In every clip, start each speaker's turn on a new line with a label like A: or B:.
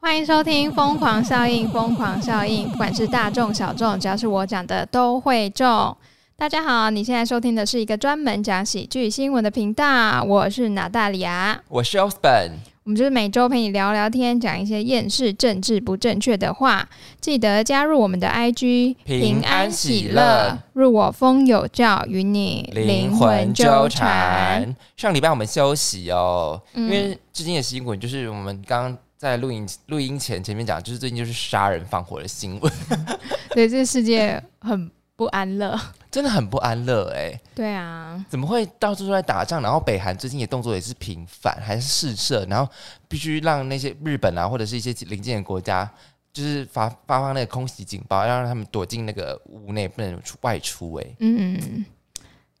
A: 欢迎收听《疯狂效应》，疯狂效应，不管是大众小众，只要是我讲的都会中。大家好，你现在收听的是一个专门讲喜剧新闻的频道，我是娜大里亚。
B: 我是 Osborn，
A: 我们就是每周陪你聊聊天，讲一些厌世、政治不正确的话。记得加入我们的 IG，
B: 平安喜乐，
A: 入我风有教，与你
B: 灵魂纠缠。。上礼拜我们休息哦，因为最近的新闻就是我们刚刚在录音录音前前面讲，就是最近就是杀人放火的新闻，
A: 对，这世界很不安乐。
B: 真的很不安乐哎、
A: 对啊，
B: 怎么会到处都在打仗？然后北韩最近也动作也是频繁，还是试射，然后必须让那些日本啊或者是一些邻近的国家，就是发发放那个空袭警报，要让他们躲进那个屋内，不能出外出哎、
A: 嗯，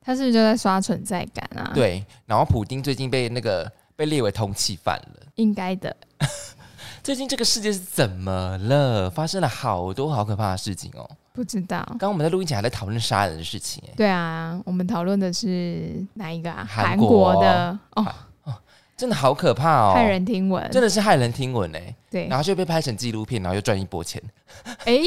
A: 他是不是就在刷存在感啊？，
B: 对，然后普丁最近被那个被列为通缉犯了。
A: 应该的。
B: 最近这个世界是怎么了？发生了好多好可怕的事情哦。
A: 不知道。
B: 刚刚我们在录音前还在讨论杀人的事情哎，
A: 对啊，我们讨论的是哪一个啊？
B: 韩
A: 韩
B: 国
A: 国的哦，
B: 真的好可怕哦，
A: 骇人听闻。
B: 真的是骇人听闻哎。
A: 对
B: 然，后就被拍成纪录片，然后又赚一波钱，
A: 哎，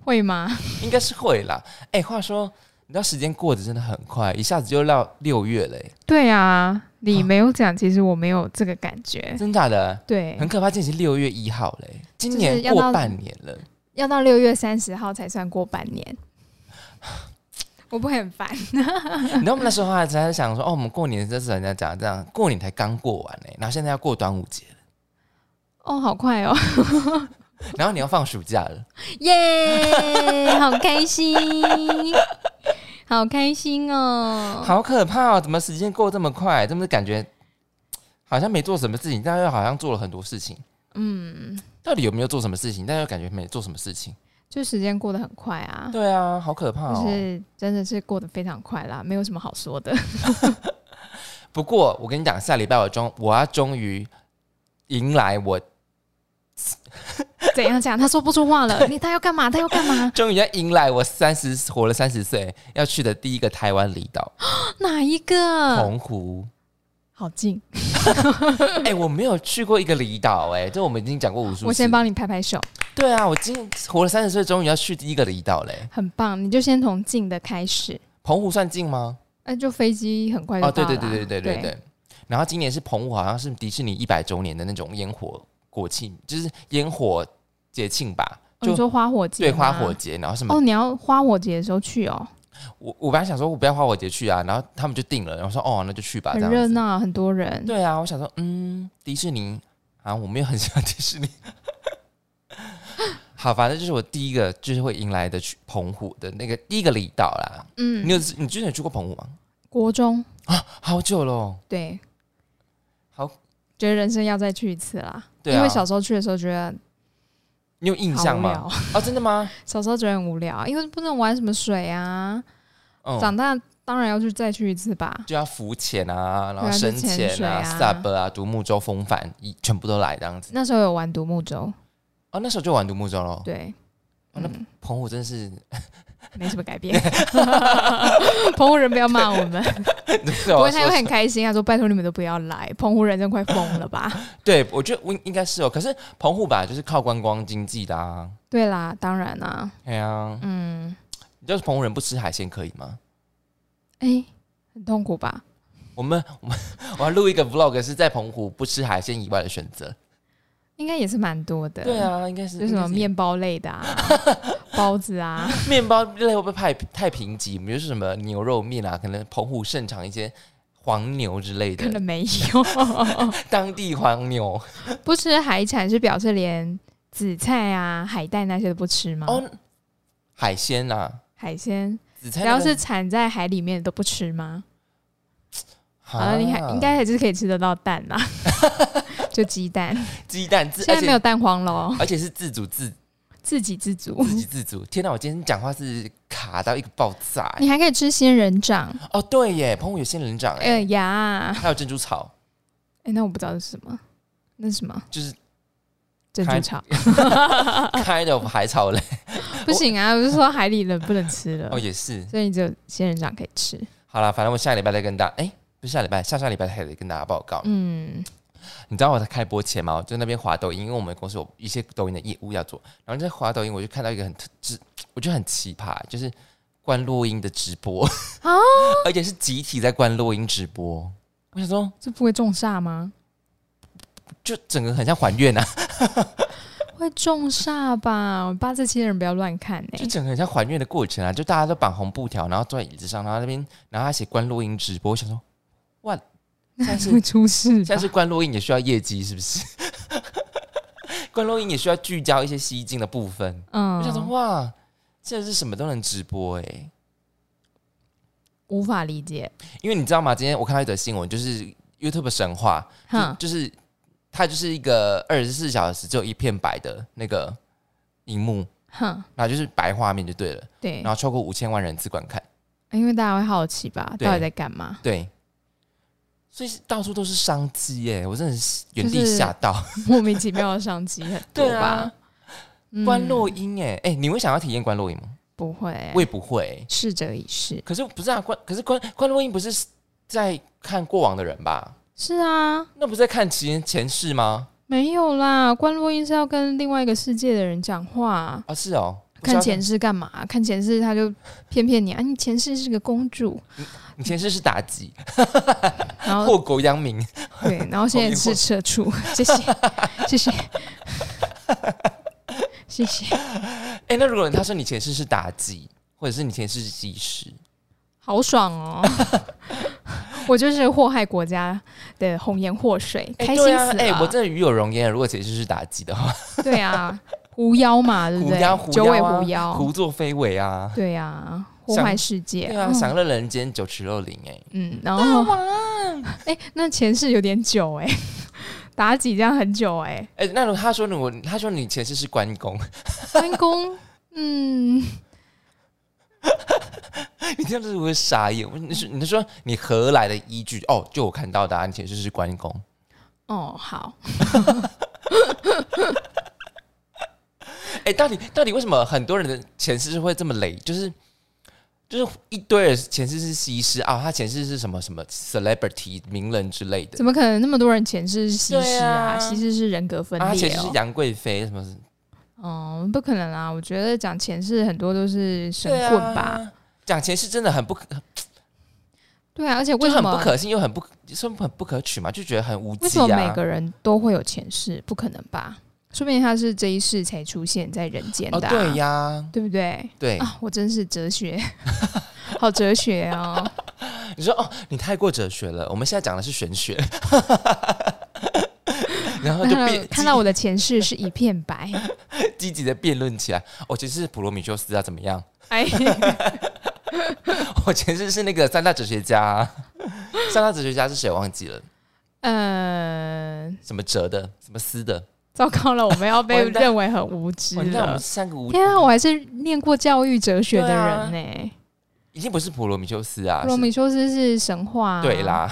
A: 会吗？
B: 应该是会啦。哎，话说，你知道时间过得真的很快，一下子就到六月了哎，
A: 对啊，你没有讲，其实我没有这个感觉。
B: 真假的？
A: 哎对
B: 哦很，可怕，今天已经六月一号嘞，今
A: 就是
B: 年
A: 要到
B: 过半年了，
A: 要到六月三十号才算过半年，我不会很烦。
B: 你知道我们那时候还在想说，哦，我们过年就是人家讲这样，过年才刚过完呢，然后现在要过端午节了，
A: 哦，好快 哦，
B: 然后你要放暑假了，
A: 耶，好开心，好开心哦。
B: 好可怕哦！怎么时间过这么快？真的感觉嘖好像没做什么事情，但又好像做了很多事情。
A: 嗯，
B: 到底有没有做什么事情？但又感觉没做什么事情。
A: 就时间过得很快啊。
B: 对啊，好可怕
A: 就
B: 哦！
A: 是真的是过得非常快啦，没有什么好说的。
B: 不过我跟你讲，下礼拜我终我要终于迎来我？
A: 怎样讲？他说不出话了，你他要干嘛？他要干嘛
B: 终于要迎来我三十活了三十岁要去的第一个台湾离岛
A: 哪一个？
B: 澎湖。
A: 好近，
B: 哎、我没有去过一个离岛，哎，这我们已经讲过无数次。
A: 我先帮你拍拍手，
B: 对啊，我今天活了三十岁，终于要去第一个离岛嘞。
A: 很棒。你就先从近的开始，
B: 澎湖算近吗？
A: 那就飞机很快就
B: 哦，
A: 到
B: 对
A: 了。啊
B: 对对对对对对。然后今年是澎湖，好像是迪士尼一百周年的那种烟火国庆，就是烟火节庆吧，
A: 哦你
B: 就
A: 说花火节
B: 对
A: 吗？
B: 花火节，然后什么，
A: 哦，你要花火节的时候去哦，
B: 我我本来想说我不要花火节去啊，然后他们就定了，然后说哦那就去吧，
A: 很
B: 这
A: 热
B: 样子。
A: 闹，很多人。
B: 对啊，我想说嗯，迪士尼啊，我没有很喜欢迪士尼。 好，反正就是我第一个就是会迎来的去澎湖的那个第一个离岛啦。
A: 嗯
B: 你，有你之前有去过澎湖吗？啊
A: 国中
B: 好久了哦，
A: 对，
B: 好，
A: 觉得人生要再去一次啦。
B: 对啊，
A: 因为小时候去的时候觉得
B: 你有印
A: 好
B: 象
A: 无
B: 吗？
A: 聊，
B: 哦，真的吗？
A: 小时候觉得很无聊，啊因为不能玩什么水啊，
B: 嗯
A: 长大当然要去再去一次吧。
B: 就要浮潜啊，然后
A: 对啊
B: 深
A: 去潜
B: 潜
A: 水
B: 啊、
A: 啊
B: sub 啊、独木舟、风帆，一全部都来这样子。
A: 那时候有玩独木舟，
B: 哦，那时候就玩独木舟咯。
A: 对，
B: 哦那
A: 嗯，
B: 澎湖真是，
A: 没什么改变。 澎湖人不要骂我 们，不
B: 不
A: 过他又很开心，他说：“拜托你们都不要来，澎湖人真快疯了 吧
B: 对，我觉得我应应该是哦。可是澎湖吧，就是靠观光经济的啊。？”
A: 对啦，当然啦、
B: 哎呀，
A: 嗯，
B: 你知道澎湖人不吃海鲜可以吗？
A: 哎、很痛苦吧？
B: 我们 我们我要录一个 vlog，是在澎湖不吃海鲜以外的选择。
A: 应该也是蛮多的。
B: 对，啊，应该是
A: 就什么
B: 应该是
A: 面包类的 啊，包子啊，
B: 面包类会不会太太贫瘠？比如说什么牛肉面啊，可能澎湖盛产一些黄牛之类
A: 可
B: 的，
A: 能没有。
B: 当地黄牛。
A: 不吃海产是表示连紫菜啊、海带那些都不吃吗？
B: 哦，海鲜呐、啊，
A: 海鲜
B: 紫菜
A: 只
B: 那
A: 要
B: 个、
A: 是产在海里面的都不吃吗？
B: 好
A: 好了，啊你还
B: 啊
A: 应该还是可以吃得到蛋 啦，就鸡蛋。
B: 鸡蛋自，
A: 现在没有
B: 而
A: 蛋黄喽，
B: 且而且是自主自
A: 自给自足。
B: 自给自足。天哪，我今天讲话是卡到一个爆炸欸、
A: 你还可以吃仙人掌、
B: 哦，对耶，澎湖有仙人掌哎、
A: 哎呀，
B: 还有珍珠草，
A: 哎，那我不知道是什么，那是什么
B: 就是
A: 珍珠草？
B: kind of 海草类。
A: 不行啊，我是说海里人不能吃了
B: 哦，，也是。
A: 所以你只有仙人掌可以吃。
B: 好啦，反正我下礼拜再跟大哎、不是下礼拜，下下礼拜还得跟大家报告。
A: 嗯，
B: 你知道我在开播前嘛，我就那边滑抖音，因为我们公司有一些抖音的业务要做，然后在滑抖音，我就看到一个很特直，我觉得很奇葩，就是关录音的直播，
A: 啊
B: 而且是集体在关录音直播。我想说，
A: 这不会中煞吗？
B: 就整个很像还愿啊，
A: 会中煞吧？我八字七的人不要乱看哎、
B: 就整个很像还愿的过程啊，就大家都绑红布条，然后坐在椅子上，然后那边，然后他写关录音直播，我想说，哇，像是
A: 会出事吧
B: 像是关录音也需要业绩，是不是？ 关录音也需要聚焦一些吸睛的部分。我想说，
A: 嗯，
B: 哇，现在是什么都能直播哎、欸
A: 无法理解。
B: 因为你知道吗？今天我看到一则新闻，就是 YouTube 神话，
A: 哼，
B: 就就是它就是一个二十四小时只有一片白的那个荧幕，
A: 哼，
B: 然后就是白画面就对了，
A: 对
B: 然，后超过五千万人次观看，
A: 因为大家会好奇吧，
B: 对
A: 到底在干嘛？
B: 对。所以是到处都是商机耶、我真的是原
A: 就
B: 地
A: 是
B: 吓到。
A: 莫名其妙的商机很多
B: 对啊
A: 吧？嗯
B: 关录音哎、哎、你会想要体验关录音吗？
A: 不会欸、
B: 我也不会欸、
A: 试着一试。
B: 可是不是啊，关可是关关录音不是在看过往的人吧？
A: 是啊，
B: 那不是在看前前世吗？
A: 没有啦，关录音是要跟另外一个世界的人讲话、
B: 啊，是哦，不是
A: 看
B: 要
A: 前世干嘛、啊看前世他就骗骗你啊！你前世是个公主，
B: 你前世是妲己，
A: 然后
B: 祸国殃民，
A: 对，然后现在是社畜， 谢谢，谢谢， 谢谢，
B: 哎、那如果他说你前世是妲己，或者是你前世是技师，
A: 好爽哦！ 我就是祸害国家的红颜祸水，
B: 哎
A: 开心
B: 对
A: 死
B: 啊
A: 了！
B: 哎、我真的与有容焉。如果前世是妲己的话，
A: 对啊，狐妖 嘛，对不对？
B: 狐妖狐
A: 九尾
B: 妖啊
A: 狐妖，
B: 胡作非为啊！
A: 对啊，祸
B: 想
A: 害世界。
B: 对啊，
A: 嗯
B: 享乐人间九池肉林、哎，
A: 嗯，然后 哎、那前世有点久哎、 妲己这样很久哎、
B: 哎、那如果他说如果他说你前世是关公，
A: 关公，嗯，
B: 你这样子我会傻眼。我你说你说你何来的依据？哦，就我看到的、啊，你前世是关公。
A: 哦，好，
B: 哎、到底到底为什么很多人的前世是会这么累？就是就是一堆人前世是西施啊，他前世是什么什么 celebrity 名人之类的
A: 怎，么可能那么多人前世是西施啊？
B: 对啊
A: 西施是人格分
B: 啊，他前
A: 裂
B: 世是
A: 哦。
B: 杨贵妃什么
A: 嗯，不可能啦！我觉得讲前世很多都是神棍吧？
B: 对啊讲前世真的很不可，
A: 对啊，而且为
B: 就
A: 什
B: 很不
A: 么
B: 可信，又很不说很不可取嘛，就觉得很无
A: 为
B: 稽
A: 什么每
B: 啊。
A: 个人都会有前世？不可能吧？说不定他是这一世才出现在人间
B: 哦，
A: 的、啊
B: 对呀、
A: 对不对？
B: 对，
A: 啊，我真是哲学， 好哲学哦！
B: 你说哦，你太过哲学了，我们现在讲的是 玄学，然 后就
A: 看到
B: 辩
A: 看到我的前世是一片白，
B: 积极的辩论起来。我、其实是普罗米修斯啊，怎么样？
A: 哎，
B: 我前世是那个三大哲学家啊、三大哲学家是谁？我忘记了，
A: 呃，
B: 什么哲的，什么思的。
A: 糟糕了，我们要被
B: 完蛋
A: 认为很无知
B: 哇，你看我们
A: 了。
B: 三个无，
A: 天啊，我还是念过教育哲学的
B: 对
A: 人
B: 啊
A: 呢、
B: 已经不是普罗米修斯啊，
A: 普罗米修斯是神话、啊
B: 是对。啦，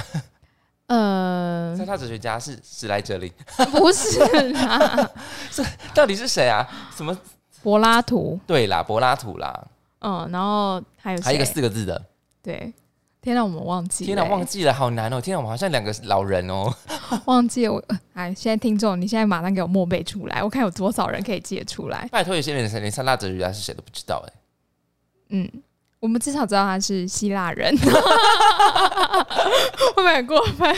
A: 呃
B: 三，大哲学家是史莱哲林，
A: 不是啦，
B: 到底是谁啊？什么？
A: 柏拉图，
B: 对啦，柏拉图啦，
A: 嗯，然后还有谁
B: 还有一个四个字的，
A: 对，天哪，我们忘记了、欸
B: 天哪，忘记了，好难哦！天哪，我们好像两个老人哦。
A: 忘记了我。哎，现在听众，你现在马上给我默背出来，我看有多少人可以记得出来。
B: 拜托，有些人连三大哲学家是谁都不知道哎、
A: 嗯，我们至少知道他是希腊人， 会不会很过分？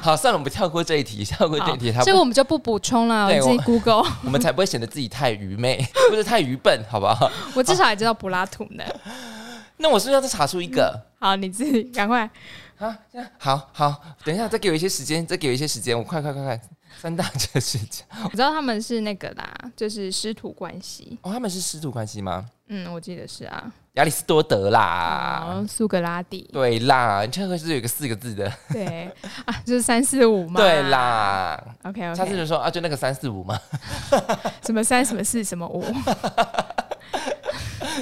B: 好，算了，我们跳过这一题，跳过这一题，
A: 好
B: 他
A: 这个我们就不补充了，
B: 对
A: 我自己
B: 我
A: Google。
B: 我们才不会显得自己太愚昧 或者太愚笨，好不好？
A: 我至少也知道柏拉图呢。
B: 那我是不是要再查出一个？
A: 好，你自己赶快。
B: 啊，好好，等一下，再给我一些时间，再给我一些时间，我快快快快， 三大哲学家
A: 我知道他们是那个啦，就是师徒关系。
B: 哦，他们是师徒关系吗？
A: 嗯，我记得是啊。
B: 亚里士多德
A: 啊、
B: 啦，
A: 苏格拉底。
B: 对啦，这个是有一个四个字的，
A: 对啊，就是三四五嘛。
B: 对。啦。
A: OK
B: 下次
A: OK。
B: 就说啊，就那个三四 五嘛。
A: 什么三什么四什么五，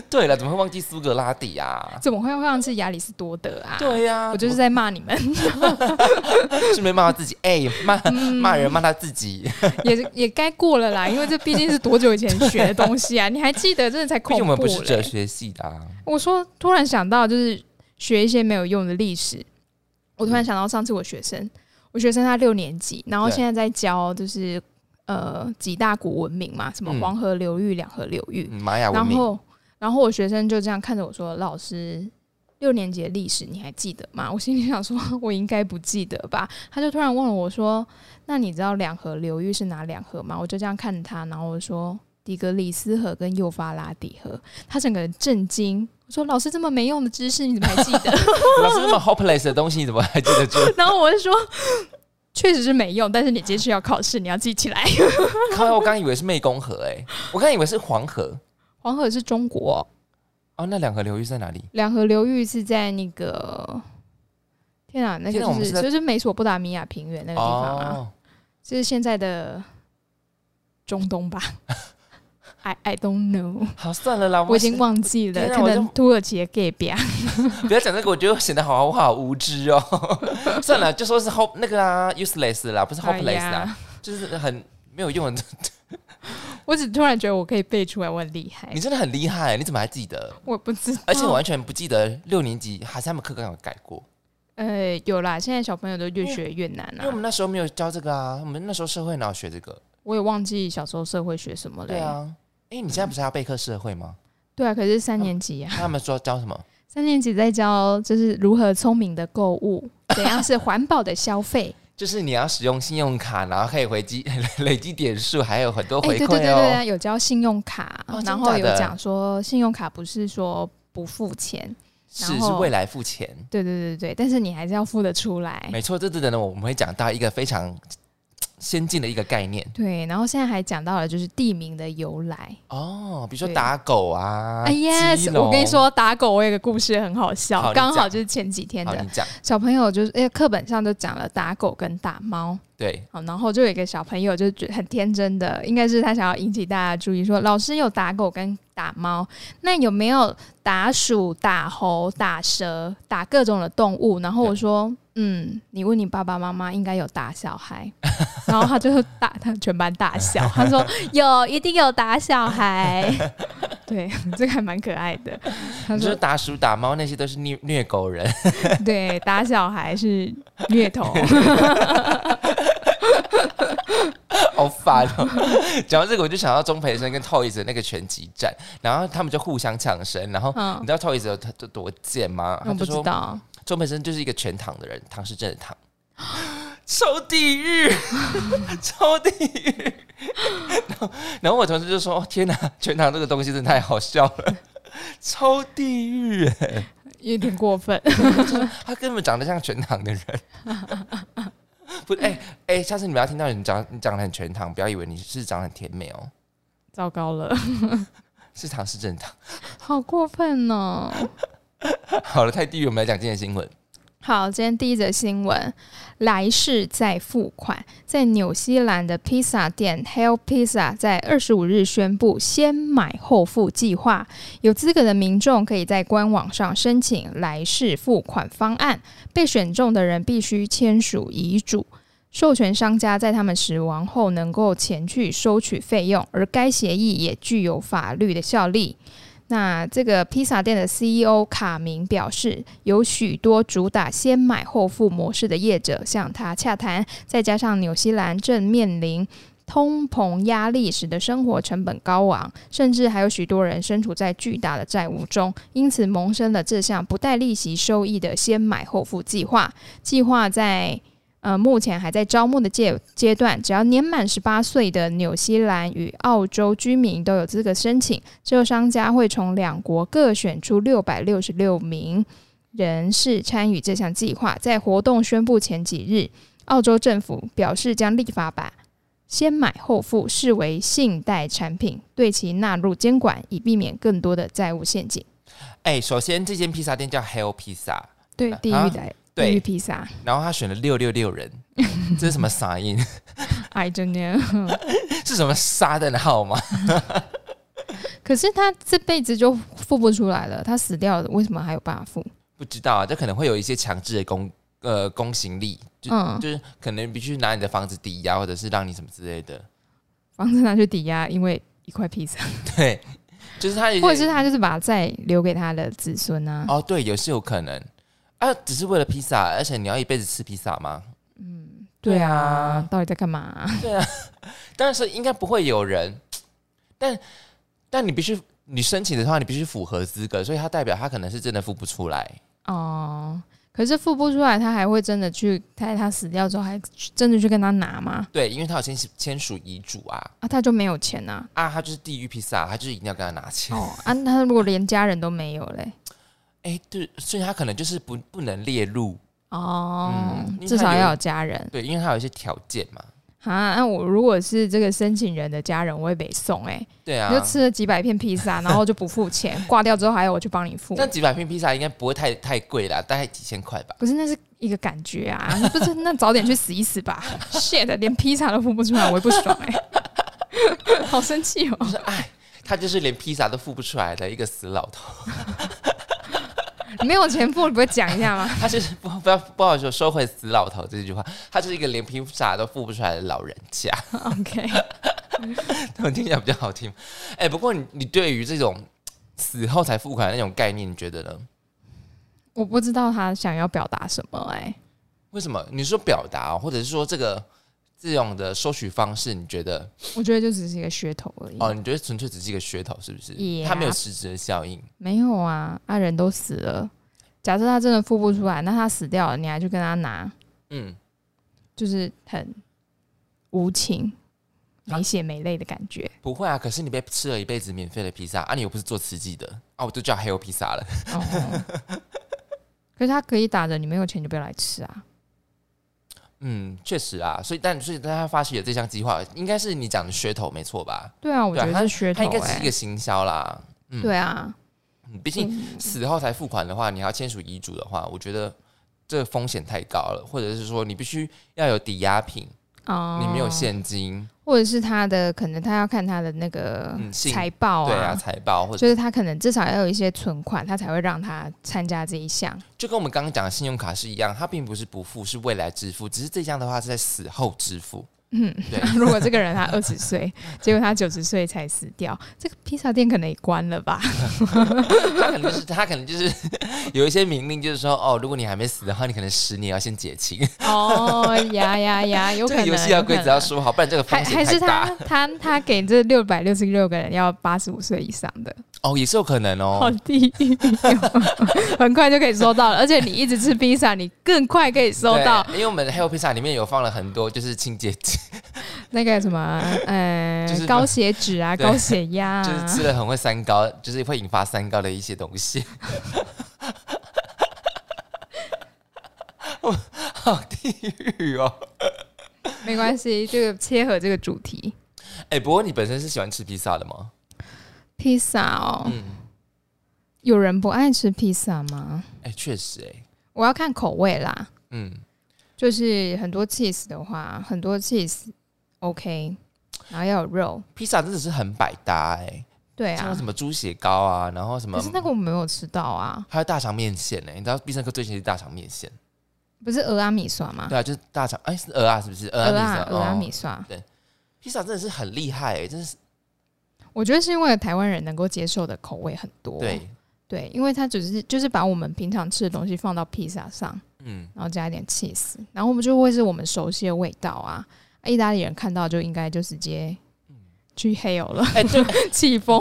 B: 对了，怎么会忘记苏格拉底啊？
A: 怎么会忘记亚里士多德啊？。
B: 对呀、
A: 我就是在骂你们，
B: 顺便骂他自己，哎、骂
A: 嗯
B: 骂人骂他自己，
A: 也也该过了啦，因为这毕竟是多久以前学的东西啊！ 你还记得，真的才
B: 毕
A: 恐
B: 竟
A: 怖、
B: 我
A: 嘞。
B: 们不是哲学系的、啊。
A: 我说，突然想到，就是学一些没有用的历史。我突然想到上次我学生，我学生他六年级，然后
B: 对
A: 现在在教就是呃几大古文明嘛，什么
B: 嗯
A: 黄河流域、两河流域，
B: 嗯玛雅文
A: 然
B: 明，
A: 后然后我学生就这样看着我说：“老师，六年级的历史你还记得吗？”我心里想说：“ 我应该不记得吧？”他就突然问了我说：“那你知道两河流域是哪两河吗？”我就这样看着他，然后我说：“底格里斯河跟幼发拉底河。”他整个人震惊。我说老师这么没用的知识，你怎么还记得？
B: 老师那么 hopeless 的东西，你怎么还记得住？
A: 然后我就说， 确实是没用，但是你接着要考试，你要记起来。
B: 靠， 我刚以为是湄公河、哎，我刚以为是黄河。
A: 黄河是中国，
B: 哦，那两河流域在哪里？
A: 两河流域是在那个，天啊，那个
B: 天啊我
A: 就
B: 们
A: 是
B: 是在
A: 就是美索不达米亚平原那个地方啊，
B: 哦，
A: 就是现在的中东 吧。I I don't know，
B: 好，算了啦，
A: 我已经忘记了，
B: 天啊
A: 可
B: 我就
A: 能土耳其的 gay 吧。
B: 不要讲这个，我觉得显得好我好无知 哦。算了，就说是 hope 那个啦，useless 啦，不是 hopeless 啦，
A: 哎呀，
B: 就是很没有用的。
A: 我只突然觉得我可以背出来，我很厉害
B: 你。真的很厉害，你怎么还记得？
A: 我不知道，
B: 而且我完全不记得六年级还是他们课刚有改过，
A: 呃有啦，现在小朋友都越学越难
B: 因为我
A: 啊。
B: 们那时候没有教这个啊，我们那时候社会哪有学这个？
A: 我也忘记小时候社会学什么了。
B: 对啊，哎、你现在不是还要备课社会吗？
A: 对啊，可是三年级啊，
B: 那他们说教什么？
A: 三年级在教就是如何聪明的购 物，怎样是环保的消费。
B: 就是你要使用信用卡，然后可以回积 累积点数，还有很多
A: 哎、
B: 回
A: 对对
B: 馈
A: 对对
B: 哦。
A: 对，有教信用卡，
B: 哦真
A: 然后有
B: 假的
A: 讲说信用卡不是说不付钱，然
B: 是
A: 后
B: 是未来付钱，
A: 对对对对，但是你还是要付得出来。
B: 没错。这次的呢，我们会讲到一个非常先进的一个概念
A: 对，然后现在还讲到了就是地名的由来。
B: 哦，比如
A: 对
B: 说打狗啊，
A: 哎
B: 基
A: yes，
B: 隆
A: 我跟你，说打狗，我有个故事很好
B: 好
A: 笑，
B: 你
A: 刚好
B: 讲
A: 就是前几天
B: 好，
A: 的
B: 你讲
A: 小朋友就是，哎，课本上就讲了打狗跟打猫。
B: 对，
A: 好，然后就有一个小朋友就觉得很天真的，应该是他想要引起大家注意，说老师有打狗跟打猫，那有没有打鼠、打猴、打蛇、打各种的动物？然后我说，嗯，你问你爸爸妈妈应该有打小孩，然后他就打他全班大笑，他 说有，一定有打小孩， 对，这个还蛮可爱的。他
B: 你说
A: 说
B: 打鼠打猫那些都是虐虐狗人，
A: 对，打小孩是虐童。
B: 好烦 哦！讲到这个，我就想到钟培生跟 Toys 的那个拳击战，然后他们就互相呛声，然后
A: 嗯
B: 你知道 Toys 有他多贱吗？啊他
A: 我
B: 就
A: 不知
B: 说
A: 道，
B: 钟培生就是一个全躺的人，躺是真的 躺，超地狱， 超地狱。然后， 然后我同事就说：“哦天哪，全躺这个东西真的太好笑了。”超地狱，
A: 有点过分。
B: 他根本长得像全躺的人。不是，哎、哎、下次你们要听到你长你长得很全躺，不要以为你是长得很甜美哦。
A: 糟糕了，
B: 是糖是正糖。
A: 好过分哦！
B: 好了，太地狱，我们来讲今天的新闻。
A: 好，今天第一则新闻，来世再付款，在纽西兰的披萨店 Hell Pizza 在二十五日宣布先买后付计划，有资格的民众可以在官网上申请来世付款方案，被选中的人必须签署遗嘱。授权商家在他们死亡后能够前去收取费用，而该协议也具有法律的效力。那这个披萨店的 CEO 卡明表示，有许多主打先买后付模式的业者向他洽谈，再加上纽西兰正面临。通膨压力使得生活成本高昂，甚至还有许多人身处在巨大的债务中，因此萌生了这项不带利息收益的先买后付计划。计划在呃目前还在招募的阶阶段，只要年满十八岁的纽西兰与澳洲居民都有资格申请。只有商家会从两国各选出六百六十六名人士参与这项计划。在活动宣布前几日，澳洲政府表示将立法把先买后付视为信贷产品，对其纳入监管，以避免更多的债务陷阱。
B: 哎、首先这间披萨店叫 Hell Pizza，
A: 对，地狱的、地狱
B: 啊对，
A: 披 萨
B: 然后他选了六六六人，这是什么傻音？哎
A: ，I don't know。
B: 是什么沙灯号吗？
A: 可是他这辈子就付不出来了，他死掉了，为什么还有办法付？
B: 不知道啊，这可能会有一些强制的公呃公行力，就、
A: 嗯，
B: 就是可能必须拿你的房子抵押，或者是让你什么之类 的。
A: 房子拿去抵押，因为一块披萨，
B: 对，就是他有
A: 或者
B: 些
A: 是他就是把债留给他的子孙啊。
B: 哦，对，也是有可能。啊，只是为了披萨，而且你要一辈子吃披萨 吗？
A: 嗯，
B: 对
A: 对
B: 啊
A: 啊，到底在干嘛？
B: 但啊是应该不会有人，但但你必须你申请的话，你必须符合资格，所以它代表他可能是真的付不出来。
A: 哦，可是付不出来，他还会真的去，在他死掉之后还去真的去跟他拿吗？
B: 对，因为他有签签署遗嘱啊
A: 啊，他就没有钱 呐、
B: 啊，他就是地狱披萨，他就是一定要跟他拿钱。
A: 哦，啊，那他如果连家人都没有嘞？
B: 哎、对，所以他可能就是不不能列入，
A: 哦，
B: 嗯因为
A: 至少
B: 他有
A: 要有家人
B: 对，因为他有一些条件嘛。
A: 啊。那我如果是这个申请人的家人，我会被送哎、
B: 对
A: 你就
B: 啊，
A: 吃了几百片披 萨，然后就不付钱，挂掉之后还要我去帮你付。
B: 但几百片披萨应该不会太太贵啦，大概几千块吧。
A: 不是，那是一个感觉啊！你不是那早点去死一死 吧？shit，连披萨都付不出来，我也不爽哎、好生气哦！
B: 他就是连披萨都付不出来的一个死老头，
A: 没有钱付，你不会讲一下 吗？
B: 他就是不不要不好说收回死老头这句话，他就是一个连披萨都付不出来的老人家。
A: OK，
B: 他们听起来比较好听。哎、不过你你对于这种死后才付款的那种概念，你觉得呢？
A: 我不知道他想要表达什么哎、
B: 为什么？你说表达、哦或者是说这个这种的收取方式，你觉得
A: 我觉得就只是一个噱头而已。
B: 哦？你觉得纯粹只是一个噱头，是不是
A: Yeah
B: 它没有实质的效应。
A: 没有啊，啊人都死了，假设他真的付不出来，那他死掉了，你还去跟他拿，
B: 嗯，
A: 就是很无情、
B: 啊
A: 没血没泪的感 觉。
B: 不会啊。可是你被吃了一辈子免费的披萨啊，你又不是做慈济的啊，我就叫 Hell 披萨了。
A: 哦，可是他可以打着你没有钱就不要来吃啊。
B: 嗯，确实啊。所以但所以但他发起了这项计划，应该是你讲的噱头没错吧？
A: 对啊，我
B: 对啊
A: 觉得是噱
B: 它
A: 头
B: 应该只
A: 哎、
B: 是一个行销啦。嗯
A: 对啊，
B: 嗯毕竟死后才付款的话，你还要签署遗嘱的话，我觉得这个风险太高了，或者是说你必须要有抵押品，
A: 哦
B: 你没有，现金，
A: 或者是他的可能他要看他的那个
B: 嗯信
A: 财报
B: 对啊，财报或者
A: 就是他可能至少要有一些存款，他才会让他参加这一项。
B: 就跟我们刚刚讲的信用卡是一样，它并不是不付，是未来支付，只是这项的话是在死后支付。
A: 嗯，
B: 对
A: 如果这个人他二十岁，结果他九十岁才死掉，这个披萨店可能也关了吧？
B: 它可能就是它可能就是 有一些命令，就是说哦，如果你还没死的话，你可能十年要先解清。
A: 哦，呀呀呀，有可
B: 这个
A: 能。
B: 游戏要规则
A: 有
B: 要
A: 可能
B: 说好，不然这个
A: 还
B: 风
A: 还
B: 险太
A: 是他
B: 大。
A: 他他给这六百六十六个人要八十五岁以上的，
B: 哦，也是有可能哦
A: 好。低， 很快就可以收到了。而且你一直吃披萨，你更快可以收
B: 对
A: 到，
B: 因为我们 Help Pizza 里面有放了很多就是清洁剂。
A: 那个什么呃
B: 就是
A: 高血脂啊、
B: 对
A: 高血压
B: 就
A: 啊
B: 是。吃了很会三高，就是会引发三高的一些东西。 我好地狱哦！
A: 没关系，这个切合这个主题，
B: 哎、不过你本身是喜欢吃披萨的吗？
A: 披萨哦。
B: 嗯，
A: 有人不爱吃披萨吗？
B: 哎、确实、哎，
A: 我要看口味啦，
B: 嗯，
A: 就是很多 cheese 的话，很多 cheese OK，然后要有肉，
B: 披萨真的是很百搭、
A: 对
B: 哎、像
A: 啊
B: 什。么猪血糕啊，然后什么
A: 可，是那个我没有吃到啊，
B: 还有大肠面线呢、哎你知道必胜客最喜欢是大肠面线，
A: 不是俄阿米刷吗？
B: 对啊，就是大肠，哎、是鹅啊，是不是？鹅
A: 俄
B: 啊
A: 阿，俄阿
B: 哦
A: 米刷，
B: 披萨真的是很厉害、哎，真是
A: 我觉得是因为台湾人能够接受的口味很多，
B: 对，
A: 对，因为它只是就是把我们平常吃的东西放到披萨上，
B: 嗯，
A: 然后加一点 cheese，然后我们就会是我们熟悉的味道啊。啊意大利人看到就应该就直接去 hail 了，
B: 哎、对，
A: 气 疯。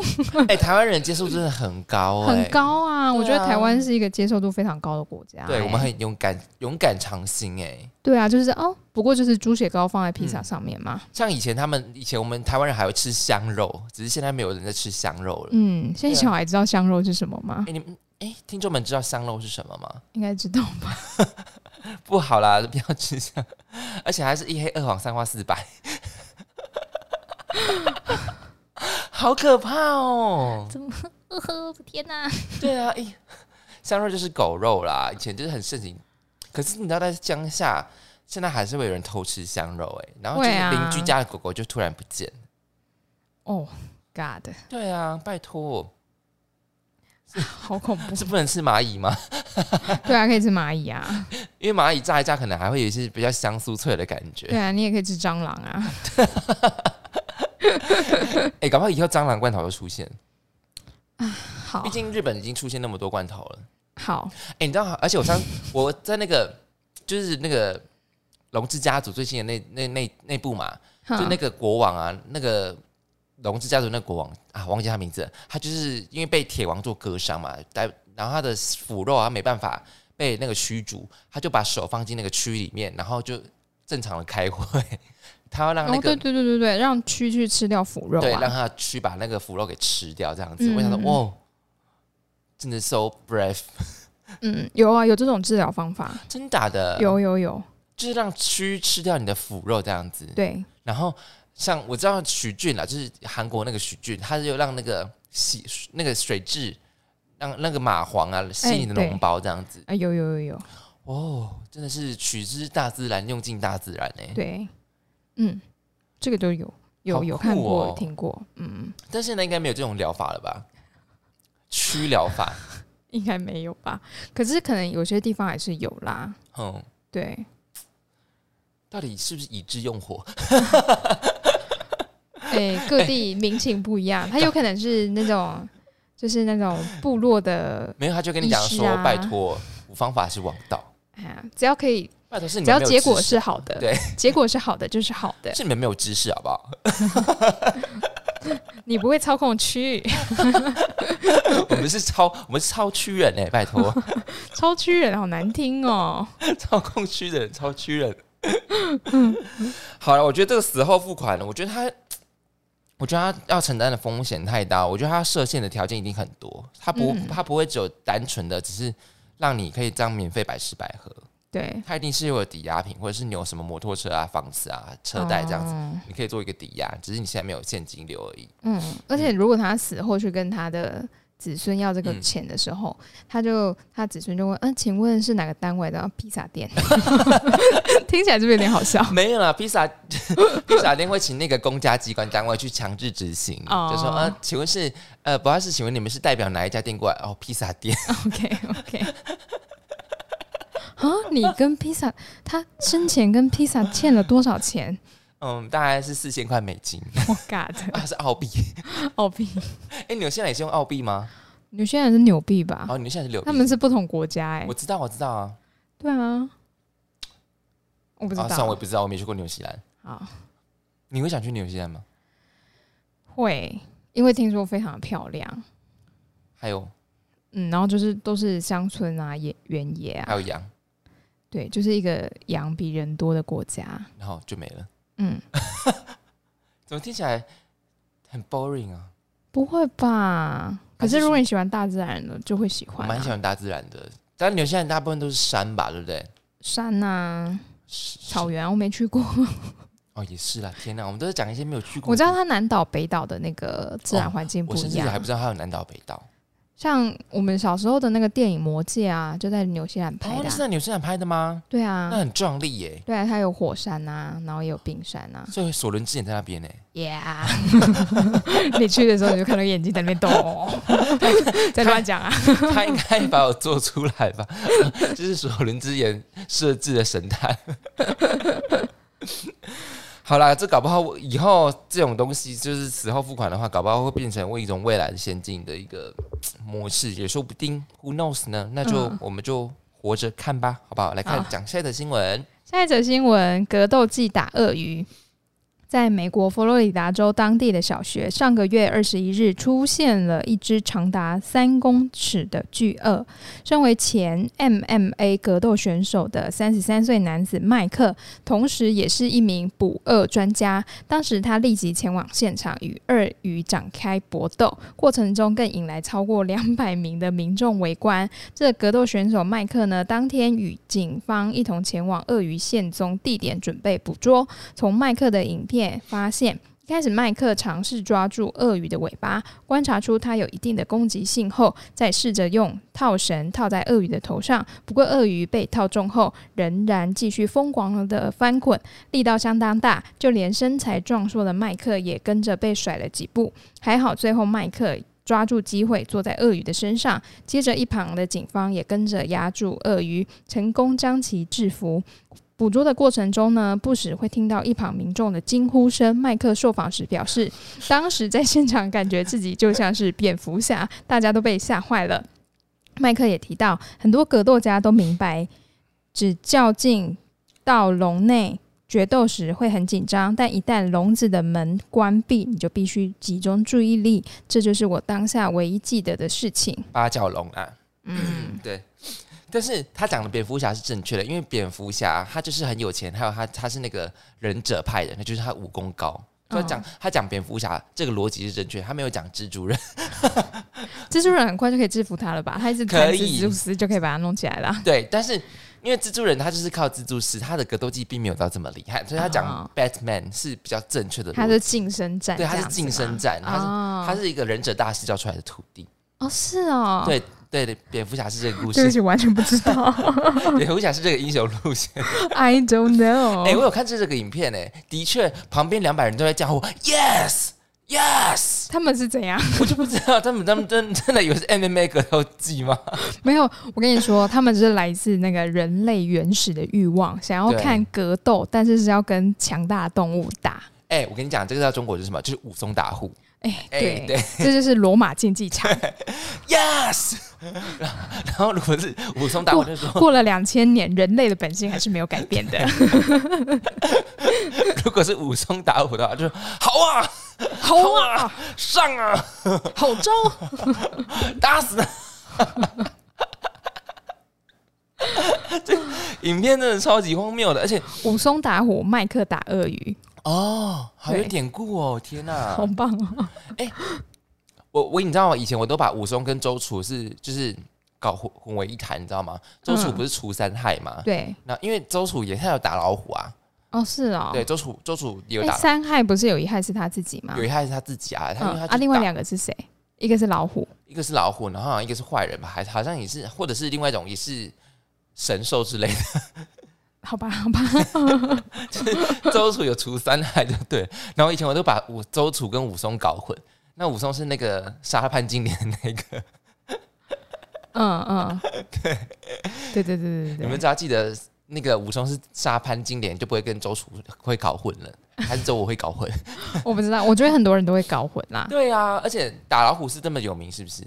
B: 哎、台湾人接受度真的很高、哎。
A: 很高啊！我觉
B: 对
A: 得
B: 啊
A: 台湾是一个接受度非常高的国家、
B: 对，
A: 哎
B: 我们很勇敢，勇敢尝新哎、
A: 对啊，就是哦，不过就是猪血糕放在披
B: 嗯
A: 萨上面嘛。
B: 像以前他们，以前我们台湾人还会吃香肉，只是现在没有人在吃香肉了。
A: 嗯，现在
B: 对啊
A: 小孩知道香肉是什么吗
B: 哎、？你们哎、听众们知道香肉是什么吗？
A: 应该知道吧？
B: 不好啦， 不要吃香，而且还是一黑二黄三花四白， 好可怕哦！
A: 呵呵，天哪、
B: 对啊，哎、香肉就是狗肉啦，以前就是很盛行。可是你知道，在乡下，现在还是会有人偷吃香肉哎、然后就是
A: 会啊
B: 邻居家的狗狗就突然不见了。
A: 哦，God，
B: 对啊，拜托，
A: 好恐怖！
B: 是不能吃蚂蚁吗？
A: 对啊，可以吃蚂蚁啊，
B: 因为蚂蚁炸一炸，可能还会有一些比较香酥脆的感觉。
A: 对啊，你也可以吃蟑螂啊。
B: 哎、搞不好以后蟑螂罐头又出现，
A: 好
B: 毕，竟日本已经出现那么多罐头了。
A: 好，
B: 哎、你知道，而且我上我在那个就是那个龙之家族最新的那那那那部嘛，就那
A: 哼
B: 个国王啊，那个龙之家族那个国王啊，忘记他名字了，他就是因为被铁王座割伤嘛，但然后他的腐肉啊没办法被那个驱逐，他就把手放进那个蛆里面，然后就正常的开会，他要让那
A: 哦，对
B: 个、
A: 对对对对，让蛆去吃掉腐肉
B: 对让
A: 啊，
B: 他去把那个腐肉给吃掉，这样子，
A: 嗯
B: 我想说
A: 嗯嗯
B: 哇。真的 so brave，
A: 嗯，有啊，有这种治疗方法，
B: 真假的，
A: 有有有，
B: 就是让蛆吃掉你的腐肉这样子。
A: 对，
B: 然后像我知道许俊啦，就是韩国那个许俊，他就让那个洗那个水蛭，让那个蚂蟥啊吸你的脓包这样子。
A: 啊，有有有有，
B: 哦，真的是取之大自然，用尽大自然哎、
A: 对，嗯，这个都有，
B: 好
A: 有有看
B: 酷
A: 过，
B: 哦
A: 听过，嗯，
B: 但现在应该没有这种疗法了吧？驱疗法，
A: 应该没有吧？可是可能有些地方还是有啦，
B: 嗯，
A: 对，
B: 到底是不是以智用火？
A: 哎、各地民情不一样，它有可能是那种，就是那种部落的，
B: 没有，他就跟你讲说，
A: 医师啊
B: 拜托，无方法是王道，
A: 哎呀，只要可以，
B: 拜托是你
A: 只
B: 们
A: 要
B: 没有
A: 结果
B: 知识
A: 是好的，
B: 对，
A: 结果是好的就是好的，
B: 是你们没有知识好不好？
A: 你不会操控区域，
B: 我们是超我们是超区人哎、拜托，
A: 超区人好难听哦，
B: 操控区的人，超区人。好了，我觉得这个死后付款了，我觉得他，我觉得他要承担的风险太大，我觉得他设限的条件一定很多，他不、
A: 嗯
B: 他不会只有单纯的只是让你可以这样免费百吃百喝，
A: 对，
B: 他一定是有抵押品，或者是你有什么摩托车啊、房子啊、车贷这样子，
A: 哦
B: 你可以做一个抵押，只是你现在没有现金流而已。
A: 嗯，而且如果他死后去跟他的子孙要这个
B: 嗯
A: 钱的时候，他就他子孙就问，嗯、请问是哪个单位的啊披萨店？ 听起来是不是有点好 笑？
B: 没有啦，披萨披萨店会请那个公家机关单位去强制执行，
A: 哦
B: 就说呃，请问是呃，不好意思，请问你们是代表哪一家店过来？哦，披萨店，
A: OK OK。啊，你跟披萨，他生前跟披萨欠了多少钱
B: 嗯，大概是四千块美金，
A: ？Oh God，
B: 啊，是澳币。
A: 澳币，
B: 哎、你们现在也是用澳币吗？
A: 纽西兰是纽币吧？
B: 哦，你们现在是流
A: 啊他们是不同国家哎、
B: 我知道，我知道啊，
A: 对啊，我不知
B: 啊，算了
A: 道。
B: 我也不知道，我没去过纽西兰。
A: 好，
B: 你会想去纽西兰吗？
A: 会，因为听说非常漂亮。
B: 还有
A: 嗯，然后就是都是乡村啊、野原野
B: 还
A: 啊，
B: 有羊，
A: 对，就是一个羊比人多的国家。
B: 然后就没了。
A: 嗯，
B: 怎么听起来很 boring 啊？
A: 不会吧？可
B: 还是
A: 是如果你喜欢大自然的，就会喜
B: 我
A: 欢、
B: 蛮喜
A: 啊、
B: 欢大自然的，但纽西兰大部分都是山吧，对不对？
A: 山啊、
B: 是是
A: 草原啊，我没去 过。
B: 哦，也是啦，天哪，我们都是讲一些没有去过。
A: 我知道它南岛、北岛的那个自然环境不
B: 哦我甚
A: 一
B: 至
A: 样，
B: 还不知道它有南岛北岛。
A: 像我们小时候的那个电影《魔戒》啊，就在纽西兰拍
B: 哦，
A: 的
B: 那是
A: 啊、
B: 在纽西兰拍的吗？
A: 对
B: 那
A: 啊，
B: 很壮丽耶，
A: 对啊，它有火山啊，然后也有冰山啊。
B: 所以索伦之前在那边呢。
A: Yeah，你 去的时候你就看到眼睛在那边动哦， 在乱讲啊。
B: 他应该把我做出来吧？ 这是索伦之眼设置的神探。 好啦，这搞不好我以后这种东西就是死后付款的话，搞不好会变成为一种未来先进的一个嘖模式，也说不定。Who knows 呢？那就、
A: 嗯
B: 我们就活着看吧，好不好？来看
A: 好
B: 讲下一则新闻。
A: 下一则新闻：格斗技打鳄鱼。在美国佛罗里达州当地的小学，上个月二十一日出现了一只长达三公尺的巨鳄。身为前 MMA 格斗选手的三十三岁男子麦克，同时也是一名捕鳄专家。当时他立即前往现场与鳄鱼展开搏斗，过程中更引来超过两百名的民众围观。这格斗选手麦克呢，当天与警方一同前往鳄鱼现踪地点准备捕捉。从麦克的影片发现，一开始麦克尝试抓住鳄鱼的尾巴，观察出它有一定的攻击性后，再试着用套绳套在鳄鱼的头上。不过，鳄鱼被套中后，仍然继续疯狂的翻滚，力道相当大，就连身材壮硕的麦克也跟着被甩了几步。还好，最后麦克。抓住机会，坐在鳄鱼的身上，接着，一旁的警方也跟着压住鳄鱼，成功将其制服。捕捉的过程中呢，不时会听到一旁民众的惊呼声。麦克受访时表示，当时在现场感觉自己就像是蝙蝠侠，大家都被吓坏了。麦克也提到，很多格斗家都明白，只较劲到笼内决斗时会很紧张，但一旦笼子的门关闭，你就必须集中注意力。这就是我当下唯一记得的事情。
B: 八角笼啊，
A: 嗯，
B: 对。但是他讲的蝙蝠侠是正确的，因为蝙蝠侠他就是很有钱，还有他他是那个忍者派的，那就是他武功高。所以
A: 嗯
B: 讲、他讲蝙蝠侠这个逻辑是正确，他没有讲蜘蛛人。
A: 蜘蛛人很快就可以制服他了吧？他一直
B: 可
A: 弹
B: 以
A: 蜘蛛丝就可以把它弄起来了。
B: 对，但是因为蜘蛛人他就是靠蜘蛛丝，他的格斗技并没有到这么厉害，所以他
A: 哦
B: 讲 Batman 是比较正确的
A: 他
B: 逻
A: 是
B: 辑。
A: 近身战这
B: 对，
A: 样
B: 他
A: 子吗，
B: 是近身战，他是、
A: 哦
B: 他是一个忍者大师教出来的徒弟。
A: 哦，是哦，
B: 对对对，蝙蝠侠是这个故
A: 对不
B: 事，
A: 起，完全不知道
B: 蝙蝠侠是这个英雄路线。
A: ，I don't
B: 哎、
A: know。
B: 我有看这这个影片哎、的确旁边两百人都在叫我 Yes Yes，
A: 他们是怎样？
B: 我就不知道他们他们真真的有是 MMA 格斗技吗？
A: 没有，我跟你说，他们就是来自那个人类原始的欲望，想要
B: 对
A: 看格斗，但是是要跟强大的动物打。
B: 哎、我跟你讲，这个在中国就是什么，就是武松打虎。
A: 哎、
B: 哎
A: 对，
B: 对
A: 这就是罗马竞技场。
B: Yes，然后如果是武松 打虎，就说
A: 过了两千年，人类的本性还是没有改变的。
B: 如果是武松打虎的话，就说 好啊，
A: 好啊，
B: 上啊，
A: 好招！
B: 打死啊他！ 这影片真的超级荒谬的，而且
A: 武松打虎，麦克打鳄鱼，
B: 哦，好有
A: 对
B: 典故哦，天哪、
A: 好棒哦！
B: 我我你知道吗？以前我都把武松跟周楚是就是搞混混为一谈，你知道吗？周楚
A: 嗯
B: 不是除三害吗？
A: 对，
B: 那因为周楚也他有打老虎啊，
A: 哦，是哦。
B: 对，周楚周楚也有
A: 哎，
B: 打，
A: 三害不是有一害是他自己吗
B: 有？一害是他自己啊，他因
A: 嗯，
B: 为他
A: 啊，
B: 去
A: 另外
B: 打
A: 两个是谁？一个是老虎，
B: 一个是老虎，然后好像一个是坏人吧，还好像也是，或者是另外一种也是神兽之类的。
A: 好吧，好吧，
B: 周楚有除三害，就对了。然后以前我都把武周楚跟武松搞混，那武松是那个杀潘金莲的那个。
A: 嗯嗯，对，对对对对对，
B: 你们只要记得那个武松是杀潘金莲，就不会跟周楚会搞混了，还是周武会 搞混？
A: 我不知道，我觉得很多人都会搞混啦。
B: 对啊，而且打老虎是这么有名，是不是？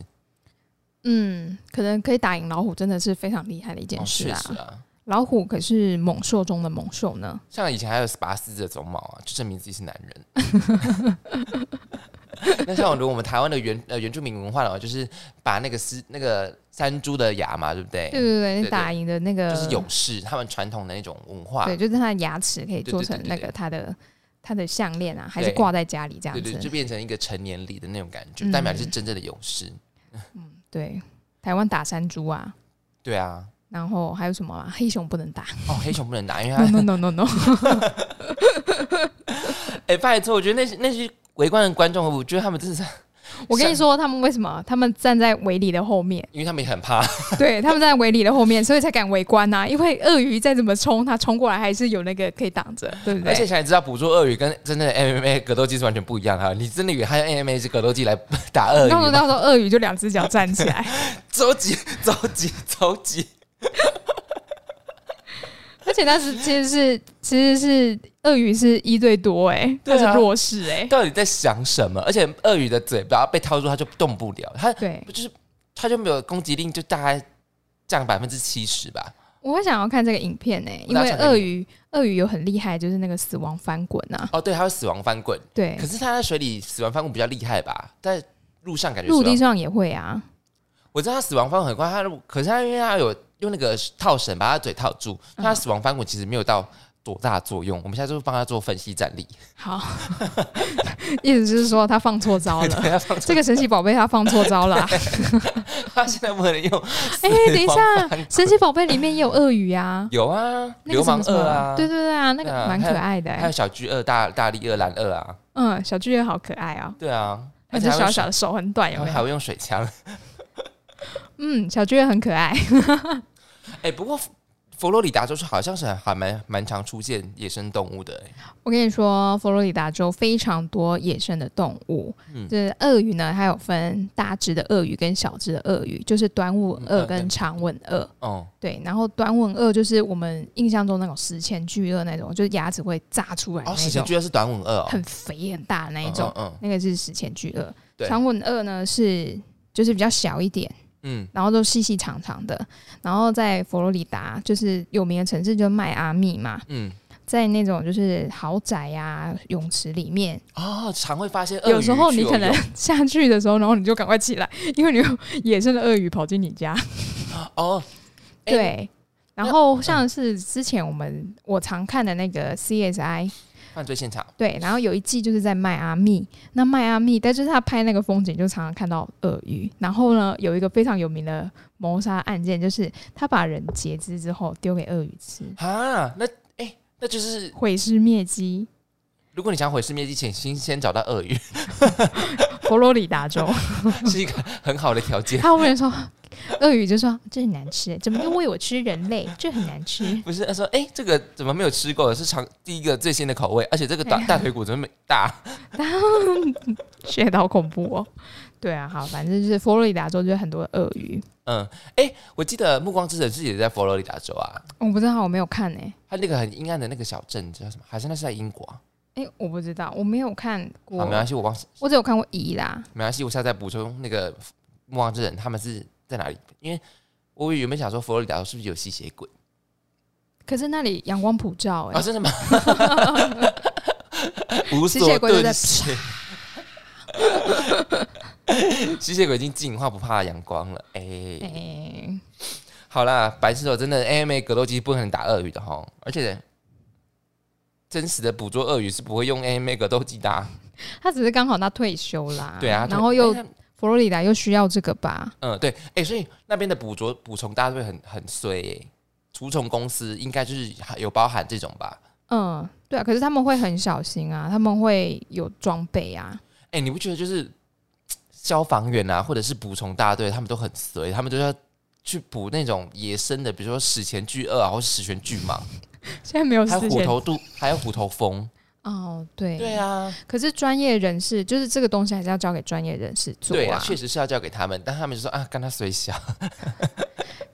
A: 嗯，可能可以打赢老虎，真的是非常厉害的一件
B: 哦
A: 事
B: 确
A: 啊。
B: 实啊。
A: 老虎可是猛兽中的猛兽呢。
B: 像以前还有拔狮子的鬃毛啊，就证明自己是男人。 那像我如果我们台湾的原呃原住民文化的话，就是把那个狮那个山猪的牙嘛，对不对？
A: 对对对，
B: 对
A: 你打赢的那个
B: 就是勇士他们传统的那种文化，
A: 对，就是它的牙齿可以做成
B: 对对对
A: 那
B: 对
A: 个它的它的项链啊，还是
B: 对
A: 挂在家里这样
B: 对对，就
A: 子。
B: 变成一个成年礼的那种感觉，
A: 嗯
B: 代表是真正的勇士。
A: 对，台湾打山猪啊，
B: 对啊，
A: 然后还有什么啊？黑熊不能打。
B: 哦，黑熊不能打，因为他
A: No no no no no。
B: 哎、拜托，我觉得那些那些围观的观众，我觉得他们真的是，
A: 我跟你说，他们为什么？他们站在围里的后 面，
B: 因为他们也很怕，
A: 对他们站在围里的后面，所以才敢围观呐、啊因为鳄鱼再怎么冲，它冲过来还是有那个可以挡着，对不对？
B: 而且想也知道，捕捉鳄鱼跟真正的 MMA 格斗技是完全不一样的啊。你真的以为他用 MMA 是格斗技来打鳄鱼
A: 到时候
B: 吗？
A: 到时候鳄鱼就两只脚站起来，
B: 走几走几走几，
A: 而且当时其实是其实是鳄鱼是一对多哎、欸，
B: 对
A: 它
B: 啊
A: 是弱势哎、
B: 到底在想什么？而且鳄鱼的嘴巴被掏出，它就动不了，它
A: 对，
B: 就是它就没有攻击力，就大概降百分之七十吧。
A: 我会想要看这个影片哎、因
B: 我打
A: 为
B: 算看
A: 鳄鱼鳄鱼有很厉害，就是那个死亡翻滚啊，
B: 哦，对，它会死亡翻滚，
A: 对
B: 可，是它在水里死亡翻滚比较厉害吧？在路上感觉
A: 陆
B: 死亡
A: 地上也会啊，
B: 我知道他死亡翻滚很快，他如可是他因为他有用那个套绳把他嘴套住，
A: 嗯
B: 他死亡翻滚其实没有到多大作用。我们现在就是帮他做分析战力，
A: 好， 意思就是说他放错招了。
B: 对他放
A: 这个神奇宝贝他放错招了啊、
B: 他现在不能用。
A: 哎、等一下，神奇宝贝里面也有鳄鱼啊，
B: 有啊，
A: 那个
B: 流
A: 什
B: 氓
A: 么什么
B: 二啊，
A: 对对对啊，那个
B: 对啊
A: 蛮可爱的、
B: 还有
A: 欸。
B: 小巨二、大大力二、蓝二啊，
A: 嗯，小巨人好可爱哦、
B: 对啊，
A: 那
B: 而
A: 只
B: 且还
A: 小
B: 会
A: 小的手很短，有没
B: 还
A: 有？
B: 会用水枪。
A: 嗯，小巨人很可爱。
B: 哎，不过佛罗里达州是好像是还蛮蛮常出现野生动物的，哎
A: 我跟你说，佛罗里达州非常多野生的动物，
B: 嗯
A: 就是鳄鱼呢，它有分大只的鳄鱼跟小只的鳄鱼，就是短吻鳄跟长吻鳄。
B: 哦，
A: 对，然后短吻鳄就是我们印象中那种史前巨鳄那种，就是牙齿会炸出来的
B: 哦，
A: 那
B: 史前
A: 种，
B: 巨二是短吻二哦，
A: 很肥很大的那一
B: 嗯
A: 种，
B: 嗯，嗯
A: 那个是史前巨鳄。
B: 对
A: 长吻鳄呢是就是比较小一点，
B: 嗯，
A: 然后都细细长长的。然后在佛罗里达，就是有名的城市，就迈阿密嘛，
B: 嗯，
A: 在那种就是豪宅呀、泳池里面，
B: 哦，常会发现鳄鱼
A: 有时候你
B: 去游
A: 可能
B: 泳
A: 下去的时候，然后你就赶快起来，因为你有 野生的鳄鱼跑进你家。
B: 哦，哎
A: 对。然后像是之前我们我常看的那个 CSI，
B: 犯罪现场，
A: 对，然后有一季就是在迈阿密，那迈阿密，但是他拍那个风景就常常看到鳄鱼。然后呢，有一个非常有名的谋杀案件，就是他把人截肢之后丢给鳄鱼吃，
B: 啊，那哎、那就是
A: 毁尸灭迹。
B: 如果你想毁尸灭迹，请先先找到鳄鱼，
A: 佛罗里达州，
B: 是一个很好的条件。
A: 他问人说，鳄鱼就说这很难吃，欸怎么又喂我吃人类？这很难吃。
B: 不是他说，哎、这个怎么没有吃过？是尝第一个最新的口味，而且这个大
A: 哎呀
B: 大腿骨怎么那么大？
A: 觉得好恐怖哦。对啊，好，反正就是佛罗里达州就是很多鳄鱼。
B: 嗯，哎、我记得《暮光之城》自己也在佛罗里达州啊，
A: 我不知道，我没有看呢、欸
B: 它那个很阴暗的那个小镇叫什么？好像那是在英国啊。
A: 诶，我不知道，我没有看
B: 好，
A: 过
B: 没，关系，我忘记，
A: 我只有看过宜啦。
B: 没关系，我下次再补充那个《暮光之城》他们是在哪里？因为我原本想说佛罗里达州是不是有吸血鬼
A: 可是那里阳光普照、诶，
B: 啊？真的吗？ 无
A: 吸
B: 所
A: 血鬼就在
B: 遁形。 吸血鬼已经进化不怕阳光了，哎、
A: 诶，欸
B: 好啦，白石头真的 AMA 格斗机不可能打鳄鱼的哈，而且真实的捕捉鳄鱼是不会用 AMA 格斗机的啊、
A: 他只是刚好他退休啦，
B: 对啊，
A: 然后又
B: 哎那
A: 佛罗里达又需要这个吧？
B: 嗯对，哎、所以那边的捕捉捕虫大队很很衰、欸，除虫公司应该就是有包含这种吧？
A: 嗯，对啊，可是他们会很小心啊，他们会有装备啊，
B: 哎、你不觉得就是嘖消防员啊，或者是捕虫大队，他们都很衰，他们都要去捕那种野生的，比如说史前巨鳄啊，或是史前巨蟒，
A: 现在没有
B: 还有
A: 时
B: 虎
A: 间
B: 头肚，还有虎头蜂。
A: 哦，对，
B: 对啊，
A: 可是专业人士就是这个东西还是要交给专业人士做
B: 对
A: 啊。
B: 啊，确实是要交给他们，但他们就说啊，跟他随小。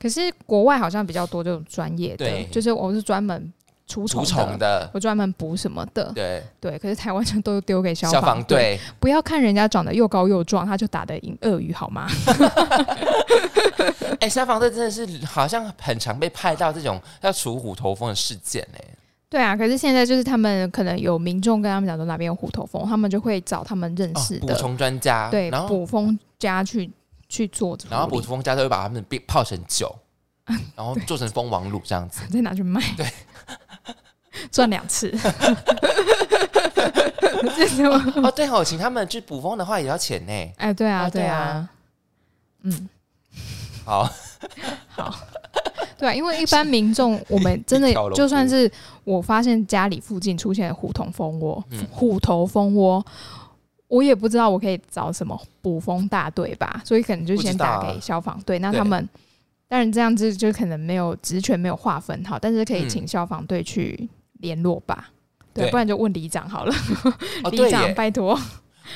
A: 可是国外好像比较多这种专业的
B: 对，
A: 就是我是专门除
B: 除
A: 虫
B: 虫
A: 的，
B: 的，
A: 我专门补什么 的，
B: 对，
A: 对。可是台湾就都丢给消
B: 消防
A: 队，
B: 队。
A: 不要看人家长得又高又壮，他就打得赢鳄鱼好吗？
B: 哎、消防队真的是好像很常被派到这种要除虎头蜂的事件哎、
A: 对啊，可是现在就是他们可能有民众跟他们讲说哪边有虎头蜂，他们就会找他们认
B: 哦
A: 识
B: 捕
A: 的，
B: 虫专家，
A: 对
B: 然，后
A: 捕蜂家去去做处理，
B: 然后捕虫专家都会把他们变泡成酒，然后做成蜂王乳这样子。
A: 再拿去卖，对， 赚两 次。 这是我
B: 哦，对哦，请他们去捕蜂的话也要钱呢、
A: 哎，对啊，
B: 啊
A: 对
B: 对
A: 啊
B: 啊，
A: 嗯，
B: 好，
A: 对啊，因为一般民众，我们真的
B: 一条龙服务
A: 就算是我发现家里附近出现虎头蜂窝
B: 嗯，
A: 虎头蜂窝，我也不知道我可以找什么捕蜂大队吧，所以可能就先
B: 不知道啊
A: 打给消防队，那
B: 对
A: 他们。当然这样子就可能没有职权没有划分好，但是可以
B: 嗯
A: 请消防队去联络吧，对，啊
B: 对
A: 不然就问里长好了，
B: 哦
A: 里
B: 对
A: 长
B: 耶，
A: 拜托。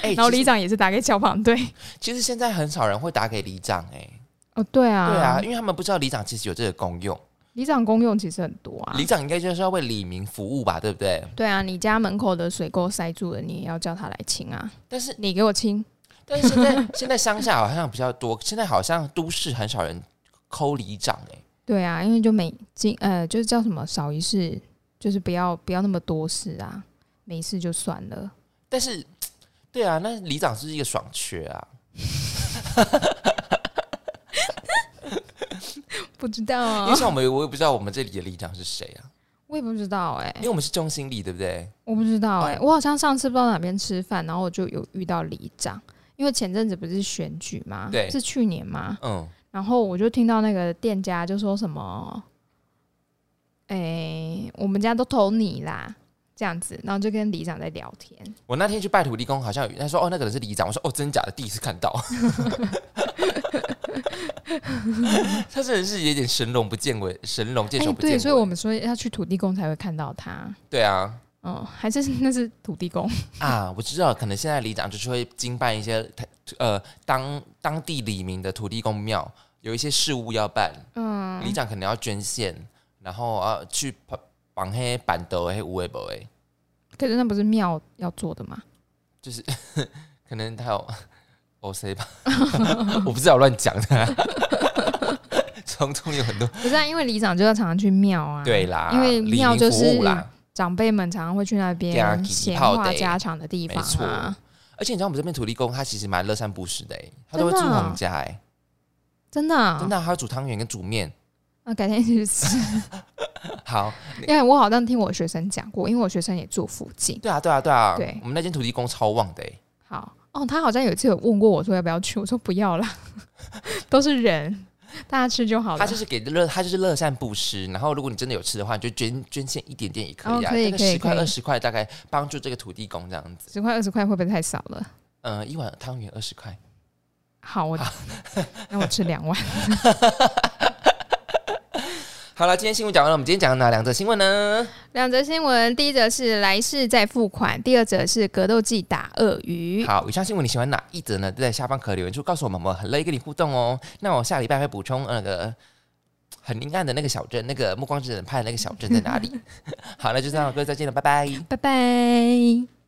B: 哎、
A: 然后
B: 其
A: 里
B: 实
A: 长也是打给消防队，
B: 其实现在很少人会打给里长哎、
A: 哦，对啊，
B: 对啊，因为他们不知道里长其实有这个功用，
A: 里长公用其实很多啊
B: 里，长应该就是要为里民服务吧，对不对？
A: 对啊，你家门口的水沟塞住了，你也要叫他来清啊。
B: 但是
A: 你给我清，
B: 但是现 在现在乡下好像比较多，现在好像都市很少人抠里长哎、
A: 对啊，因为就每今呃，就是叫什么少一事，就是不要不要那么多事啊，没事就算了。
B: 但是对啊，那里长是一个爽缺啊，
A: 不知道
B: 因
A: 啊
B: 为，像我们我也不知道我们这里的里长是谁啊，
A: 我也不知道哎、
B: 因为我们是中心里对不对？
A: 我不知道哎、我好像上次不知道哪边吃饭，然后我就有遇到里长，因为前阵子不是选举吗？
B: 对
A: 是去年吗？
B: 嗯，
A: 然后我就听到那个店家就说什么，诶，我们家都投你啦，这样子，然后就跟里长在聊天，
B: 我那天去拜土地公，好像有他说哦那个人是里长，我说哦真假的，第一次 看到。他真的是有点神龙不见尾，神龙见首不见尾。
A: 哎对，所以我们说要去土地公才会看到他，
B: 对啊
A: 嗯，还是那是土地公，
B: 啊，我知道，可能现在里长就是会经办一些呃当当地里民的土地公庙，有一些事务要办，
A: 嗯
B: 里，长可能要捐献，然后啊去绑绑黑板凳黑无为不为，
A: 可是那不是庙要做的吗？
B: 可能他有 O C 吧， 我不知道我乱讲的。 从中有很多
A: 不是、啊、因为里长就要常常去庙啊，
B: 对啦，
A: 因为
B: 李
A: 庙
B: 明
A: 就
B: 服务
A: 是
B: 啦，
A: 长辈们常常会去那
B: 对啊
A: 边
B: 起
A: 闲
B: 泡
A: 话
B: 得
A: 家常的地
B: 没
A: 方
B: 错
A: 啊，
B: 而且你知道我们这边土地公他其实蛮乐善不施的、欸，他都会
A: 真
B: 住
A: 的
B: 我
A: 啊
B: 们家、欸，
A: 真的啊
B: 真的啊、他会煮汤圆跟煮面。
A: 那改天去 吃。
B: 好，
A: 因为我好像听我学生讲过，因为我学生也住附近。
B: 对啊，对啊，对啊，
A: 对
B: 我们那间土地公超旺的、欸，
A: 好，哦，他好像有一次有问过我说要不要去，我说不要啦， 都是人，大家吃就好
B: 他
A: 了
B: 就。是给乐，他就是乐善不施。然后如果你真的有吃的话，你就捐捐献一点点也可以啊，
A: 哦可以可以
B: 十块
A: 可以
B: 二十块大概帮助这个土地公这样子。
A: 十块二十块会不会太少了？
B: 嗯、一碗汤圆二十块，
A: 好，我那我吃两碗。
B: 好了，今天新闻讲完了，我们今天讲了哪两则新闻呢？
A: 两则新闻，第一则是来世再付款，第二则是格斗技打鳄鱼。
B: 好，以上新闻你喜欢哪一则呢？都在下方可留言处告诉我们，我们很乐意跟你互动哦。那我下礼拜会补充呃那个很阴暗的那个小镇，那个《暮光之城》拍的那个小镇在哪里？好，那就这样，各位再见了，拜拜。
A: 拜拜。